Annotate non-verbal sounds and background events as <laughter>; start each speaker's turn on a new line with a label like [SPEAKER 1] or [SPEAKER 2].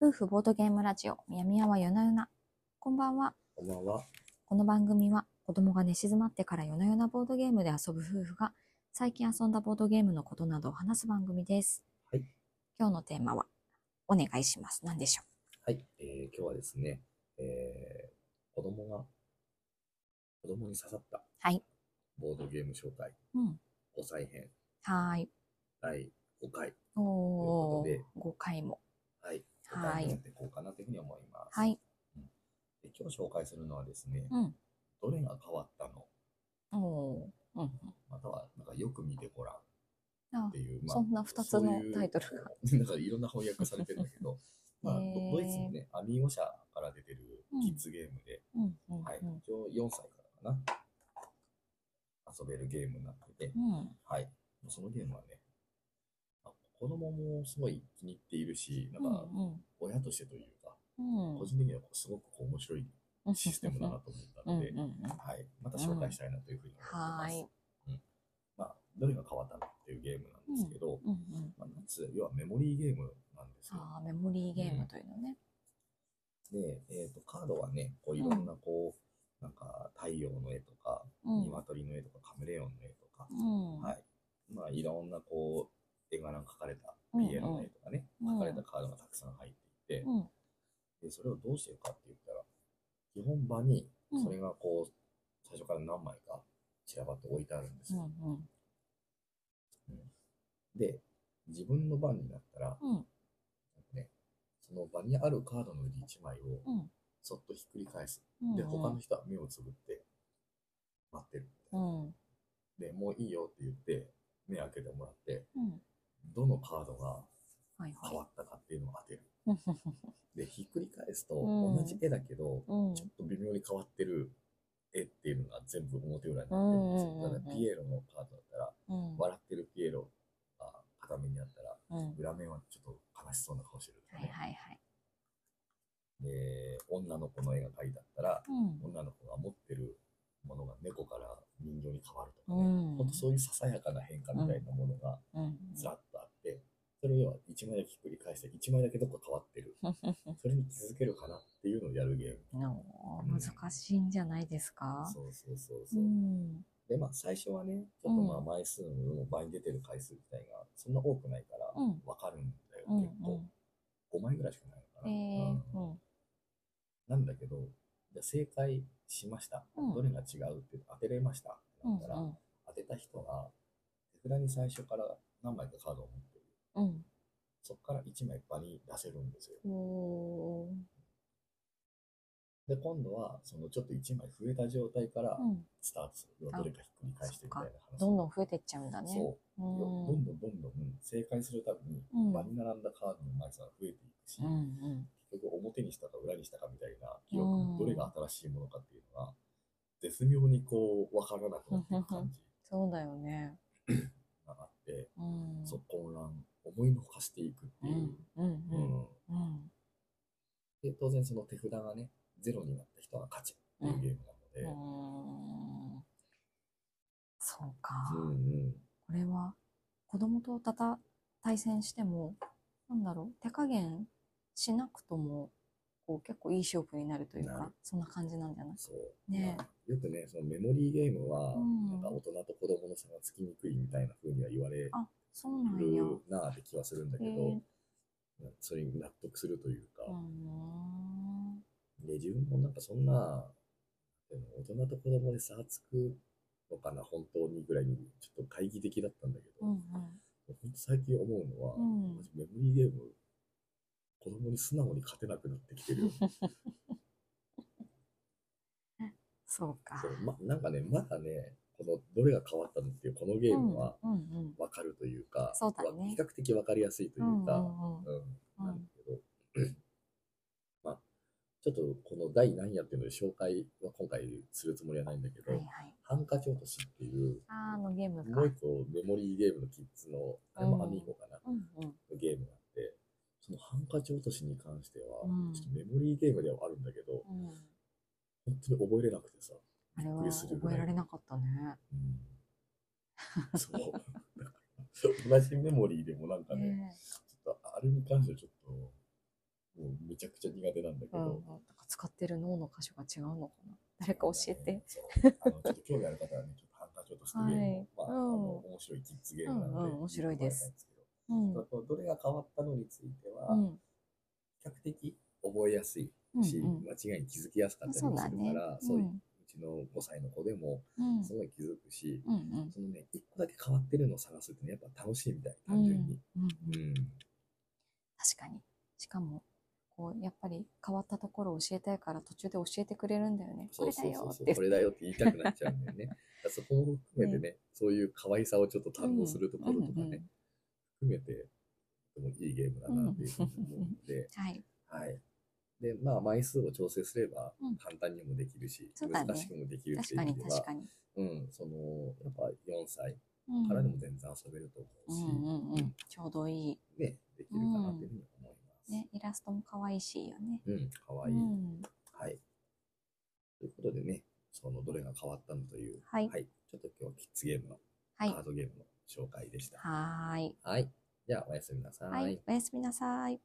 [SPEAKER 1] 夫婦ボードゲームラジオ、みやみやは夜な夜な。こんばんは。
[SPEAKER 2] こんばんは。
[SPEAKER 1] この番組は、子供が寝静まってから夜な夜なボードゲームで遊ぶ夫婦が、最近遊んだボードゲームのことなどを話す番組です。
[SPEAKER 2] はい
[SPEAKER 1] 今日のテーマは、お願いします。何でしょ
[SPEAKER 2] はい、えー今日はですね、えー子供が、子供に刺さった、
[SPEAKER 1] はい
[SPEAKER 2] ボードゲーム紹介、
[SPEAKER 1] う。うん。
[SPEAKER 2] 5歳編、
[SPEAKER 1] はーい。
[SPEAKER 2] 第5回、
[SPEAKER 1] お
[SPEAKER 2] とい
[SPEAKER 1] ー
[SPEAKER 2] う、
[SPEAKER 1] 5回も。
[SPEAKER 2] はい、5
[SPEAKER 1] は
[SPEAKER 2] 回
[SPEAKER 1] い
[SPEAKER 2] にやっていこうかなというふうに思います。
[SPEAKER 1] はい。
[SPEAKER 2] で今日紹介するのはですね、
[SPEAKER 1] うん。
[SPEAKER 2] どれが変わったの
[SPEAKER 1] おー。うん。
[SPEAKER 2] または、なんかよく見てごらん
[SPEAKER 1] あ
[SPEAKER 2] っていう、
[SPEAKER 1] そんな二つの
[SPEAKER 2] そういう
[SPEAKER 1] タイトルが。
[SPEAKER 2] <laughs> なんかいろんな翻訳がされてるんだけど、まあ、ド
[SPEAKER 1] へー
[SPEAKER 2] ドイツのね、アミーゴ社から出てる
[SPEAKER 1] うん
[SPEAKER 2] キッズゲームで、
[SPEAKER 1] うん。うん。
[SPEAKER 2] はい、
[SPEAKER 1] うん
[SPEAKER 2] 一応4歳からかな、遊べるゲームになってて、
[SPEAKER 1] うん。
[SPEAKER 2] はい。そのゲームはね、あ子供もすごい気に入っているし、なん
[SPEAKER 1] う
[SPEAKER 2] か
[SPEAKER 1] ん。
[SPEAKER 2] 親としてというか、
[SPEAKER 1] うん。
[SPEAKER 2] 個人的にはすごくこう面白いシステムだなと思った
[SPEAKER 1] うん
[SPEAKER 2] の
[SPEAKER 1] うん
[SPEAKER 2] で、
[SPEAKER 1] うん。
[SPEAKER 2] はい。また紹介したいなというふうに思って
[SPEAKER 1] は
[SPEAKER 2] ま
[SPEAKER 1] ー
[SPEAKER 2] す
[SPEAKER 1] い。。
[SPEAKER 2] まあ、どれが変わったのっていうゲームなんですけど、
[SPEAKER 1] うんうん。
[SPEAKER 2] まあ、夏、要はメモリーゲームなんですよ。
[SPEAKER 1] ああ、メモリーゲームというのね。
[SPEAKER 2] で、えっ、と、カードはね、こういろんなこう、なんか太陽の絵とか、
[SPEAKER 1] うん。
[SPEAKER 2] 鶏の絵とかカメレオンの絵とか、
[SPEAKER 1] うん。
[SPEAKER 2] はい。まあ、いろんなこう、絵柄が描かれた、
[SPEAKER 1] うんうん
[SPEAKER 2] ビエロの絵とかね、
[SPEAKER 1] うん
[SPEAKER 2] 描かれたカードがたくさん入っていて
[SPEAKER 1] う、ん。
[SPEAKER 2] で、それをどうしてるかって言ったら、基本場に、
[SPEAKER 1] うん
[SPEAKER 2] それがこう、最初から何枚か散らばって置いてあるんです
[SPEAKER 1] うん
[SPEAKER 2] よ。で、自分の番になったら、
[SPEAKER 1] うん。
[SPEAKER 2] ね、その場にあるカードのうち1枚
[SPEAKER 1] う
[SPEAKER 2] を、
[SPEAKER 1] ん。
[SPEAKER 2] そっとひっくり返す。
[SPEAKER 1] うん。
[SPEAKER 2] で、他の人は目をつぶって、待ってる。
[SPEAKER 1] うん。
[SPEAKER 2] で、もういいよって言って、目開けてもらって、
[SPEAKER 1] うん。
[SPEAKER 2] どのカードが
[SPEAKER 1] はい
[SPEAKER 2] 変わ
[SPEAKER 1] は
[SPEAKER 2] ったかっていうのを当てる。
[SPEAKER 1] い。
[SPEAKER 2] で、ひっくり返すと、
[SPEAKER 1] うん
[SPEAKER 2] 同じ絵だけど、
[SPEAKER 1] うん。
[SPEAKER 2] ちょっと微妙に変わってる絵っていうのが全部表裏にな
[SPEAKER 1] うんうんうんうん
[SPEAKER 2] ってるんですよ。ただ、ピエロのカードだったら、
[SPEAKER 1] うん。
[SPEAKER 2] 笑ってるピエロが片目にあった
[SPEAKER 1] う
[SPEAKER 2] ら、
[SPEAKER 1] ん。
[SPEAKER 2] 裏面はちょっと悲しそうな顔してる、
[SPEAKER 1] はいはいはい。
[SPEAKER 2] で、女の子の絵が描いてあったら、
[SPEAKER 1] うん。
[SPEAKER 2] 女の子が持ってるものが猫から人形に変わるとか
[SPEAKER 1] う
[SPEAKER 2] ね。
[SPEAKER 1] ん
[SPEAKER 2] ほんとそういうささやかな変化みたいなものが
[SPEAKER 1] うん。
[SPEAKER 2] ずらっとあって、それを要は1枚だけひっくり返して、1枚だけどっか変
[SPEAKER 1] <laughs>
[SPEAKER 2] わってる。それに気づけるかなっていうのをやるゲーム。
[SPEAKER 1] の難しいんじゃないですか
[SPEAKER 2] そうそうそう
[SPEAKER 1] う
[SPEAKER 2] そう。
[SPEAKER 1] ん。
[SPEAKER 2] で、まあ最初はね、ちょっとまあ
[SPEAKER 1] うん
[SPEAKER 2] 枚数の倍に出てる回数自体がそんな多くないから
[SPEAKER 1] うん、
[SPEAKER 2] わかるんだよ、
[SPEAKER 1] うん。
[SPEAKER 2] 結構。5枚ぐらいしかないの
[SPEAKER 1] え
[SPEAKER 2] かな。
[SPEAKER 1] え。う
[SPEAKER 2] うん
[SPEAKER 1] ん。
[SPEAKER 2] なんだけど、じゃあ正解しました。
[SPEAKER 1] うん
[SPEAKER 2] どれが違うって当てれましたって
[SPEAKER 1] う
[SPEAKER 2] なんったら、。当てた人が手札に最初から何枚かカードを持ってる。
[SPEAKER 1] うん。
[SPEAKER 2] そこから1枚場に出せるんですよ。
[SPEAKER 1] うん。おー。
[SPEAKER 2] で、今度は、そのちょっと1枚増えた状態から
[SPEAKER 1] うん。
[SPEAKER 2] スタートする。要はどれかひっくり返してみたいな話。
[SPEAKER 1] どんどん増えてっちゃうんだね。
[SPEAKER 2] そう。
[SPEAKER 1] う
[SPEAKER 2] ど
[SPEAKER 1] ん。
[SPEAKER 2] んどんどんどん正解するたびに、
[SPEAKER 1] うん
[SPEAKER 2] 場に並んだカードの枚数が増えていくし、
[SPEAKER 1] うんうん。
[SPEAKER 2] 結局表にしたか裏にしたかみたいな記
[SPEAKER 1] うん
[SPEAKER 2] 憶、どれが新しいものかっていうのが、絶妙にこう、わからなくなっていく感じ
[SPEAKER 1] そうだよね。
[SPEAKER 2] があって、
[SPEAKER 1] うん。
[SPEAKER 2] そう混乱、思いのほかしていくっていう。
[SPEAKER 1] うんうんうん
[SPEAKER 2] うん
[SPEAKER 1] うん
[SPEAKER 2] で、当然その手札がね、ゼロになった人が勝ちっていうゲーム
[SPEAKER 1] う
[SPEAKER 2] なので、
[SPEAKER 1] ーんそうか、
[SPEAKER 2] うん
[SPEAKER 1] こ
[SPEAKER 2] うん
[SPEAKER 1] れは子供とたた対戦してもなんだろう手加減しなくともこう結構いい勝負になるという
[SPEAKER 2] な
[SPEAKER 1] か
[SPEAKER 2] る
[SPEAKER 1] そんな感じなんじゃない
[SPEAKER 2] そう。
[SPEAKER 1] ね
[SPEAKER 2] まあよくね、そのメモリーゲームは、
[SPEAKER 1] うん
[SPEAKER 2] なんか大人と子供の差がつきにくいみたいな風には言われる
[SPEAKER 1] あそうなんやう
[SPEAKER 2] なあって気はするんだけど、
[SPEAKER 1] うん
[SPEAKER 2] うんそれに納得するというか、
[SPEAKER 1] ーん
[SPEAKER 2] で、自分もなんかそんな、でも大人と子供で差がつくのかな、本当にぐらいに、ちょっと懐疑的だったんだけど、
[SPEAKER 1] うんうん
[SPEAKER 2] 本当最近思うのは、
[SPEAKER 1] うん
[SPEAKER 2] マジメモリーゲーム、子供に素直に勝てなくなってきて
[SPEAKER 1] <laughs>
[SPEAKER 2] るよね。
[SPEAKER 1] そうか
[SPEAKER 2] そうま、なんかね、まだね、この、どれが変わったのっていう、このゲームは、
[SPEAKER 1] うんうんうん
[SPEAKER 2] わかるというか、
[SPEAKER 1] そうだね
[SPEAKER 2] わ比較的わかりやすいと
[SPEAKER 1] う
[SPEAKER 2] い
[SPEAKER 1] ん
[SPEAKER 2] う
[SPEAKER 1] う
[SPEAKER 2] か、
[SPEAKER 1] んうん
[SPEAKER 2] うん
[SPEAKER 1] うん
[SPEAKER 2] なんだけど、 <clears throat> まあ、ちょっとこの第何夜っていうので紹介は今回するつもりはないんだけど、
[SPEAKER 1] はいはい
[SPEAKER 2] ハンカチ落としっていう、
[SPEAKER 1] あーあのゲームか
[SPEAKER 2] もう一個メモリーゲームのキッズの、あれもアミーゴかな、
[SPEAKER 1] うんうん
[SPEAKER 2] のゲームがあって、そのハンカチ落としに関しては、
[SPEAKER 1] うん
[SPEAKER 2] ちょっとメモリーゲームではあるんだけど、
[SPEAKER 1] うん
[SPEAKER 2] 本当に覚えれなくてさ、
[SPEAKER 1] あれ
[SPEAKER 2] びっく
[SPEAKER 1] は
[SPEAKER 2] りするぐ
[SPEAKER 1] 覚
[SPEAKER 2] ら
[SPEAKER 1] え
[SPEAKER 2] い
[SPEAKER 1] られなかったね <laughs>
[SPEAKER 2] うんそう。同じメモリーでもなんかね、
[SPEAKER 1] ね
[SPEAKER 2] ちょっとあれに関してはちょっと、もうめちゃくちゃ苦手なんだけ
[SPEAKER 1] うん
[SPEAKER 2] ど、
[SPEAKER 1] なんか使ってる脳の箇所が違うのかな誰か教えて。
[SPEAKER 2] そう。あの、ちょっと興味ある方はね、ちょっとハンカチ落としてゲーム、ま
[SPEAKER 1] はい
[SPEAKER 2] あ、あ
[SPEAKER 1] う
[SPEAKER 2] の、
[SPEAKER 1] ん
[SPEAKER 2] 面白いキッズゲームなので、
[SPEAKER 1] うんうん面白いですうん
[SPEAKER 2] 見てもらいたいんですけど。こうどれが変わったのについては、
[SPEAKER 1] うん
[SPEAKER 2] 比較的覚えやすい
[SPEAKER 1] うん
[SPEAKER 2] し、
[SPEAKER 1] うん
[SPEAKER 2] 間違いに気づきやすかったり
[SPEAKER 1] そう
[SPEAKER 2] も
[SPEAKER 1] だ
[SPEAKER 2] する
[SPEAKER 1] ね
[SPEAKER 2] から、
[SPEAKER 1] う
[SPEAKER 2] そう,、ううんちの5歳の子でも、
[SPEAKER 1] うん
[SPEAKER 2] すごい気づくし、
[SPEAKER 1] うんうん
[SPEAKER 2] そのね、1個だけ変わってるのを探すってね、やっぱ楽しいみたい、単純に。
[SPEAKER 1] うんうん
[SPEAKER 2] うん。
[SPEAKER 1] 確かに。しかも、こう、やっぱり変わったところを教えたいから途中で教えてくれるんだよね。こ
[SPEAKER 2] そう
[SPEAKER 1] れだ
[SPEAKER 2] そう
[SPEAKER 1] よ
[SPEAKER 2] そう
[SPEAKER 1] って
[SPEAKER 2] そう、
[SPEAKER 1] 言って。
[SPEAKER 2] これだよって言いたくなっちゃう
[SPEAKER 1] <laughs>
[SPEAKER 2] んだよね。だからそこも含めてね、そういう可愛さをちょっと堪能するところとか
[SPEAKER 1] うんうんう
[SPEAKER 2] ね
[SPEAKER 1] ん、
[SPEAKER 2] 含めて、とてもいいゲームだなっていうふうに思うので、
[SPEAKER 1] はい。
[SPEAKER 2] はい。で、まあ、枚数を調整すれば
[SPEAKER 1] うん、
[SPEAKER 2] 簡単にもできるし、
[SPEAKER 1] そうだね
[SPEAKER 2] 難しくもできるっ
[SPEAKER 1] 確
[SPEAKER 2] ていう
[SPEAKER 1] か
[SPEAKER 2] 意味
[SPEAKER 1] に
[SPEAKER 2] で
[SPEAKER 1] 確
[SPEAKER 2] は
[SPEAKER 1] か、に。
[SPEAKER 2] うん、その、やっぱ4歳
[SPEAKER 1] うん
[SPEAKER 2] からでも全然遊べると思
[SPEAKER 1] う
[SPEAKER 2] うし、
[SPEAKER 1] んうんうん。ちょうどいい。
[SPEAKER 2] ね、できるかなっていうふうに思います。
[SPEAKER 1] ね、イラストも可愛いしいいよね。
[SPEAKER 2] うん、かわいい。
[SPEAKER 1] うん。
[SPEAKER 2] はい。ということでね、その、どれが変わったのという、
[SPEAKER 1] はい
[SPEAKER 2] ちょっと今日はキッズゲームの、
[SPEAKER 1] はい
[SPEAKER 2] カー。ドゲームの紹介でした。
[SPEAKER 1] はーい。
[SPEAKER 2] はい。じゃあ、おやすみなさ
[SPEAKER 1] はい。おやすみなさい。